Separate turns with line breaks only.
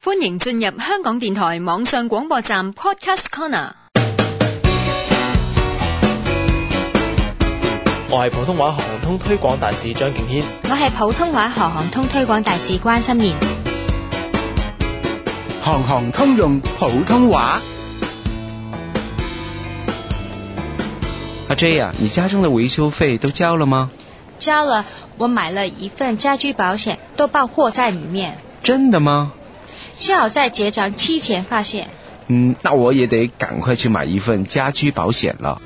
欢迎进入香港电台网上广播站 Podcast Corner。
我係普通話航通推廣大使張敬軒。
我係普通話行行通推廣大使關心妍。
行行通用普通话。阿 J 啊，你家中的维修费都交了吗？
交了，我買了一份家居保險，都包括在裡面。
真的吗？
幸好在結帳期前發現。
嗯，那我也得赶快去买一份家居保险了。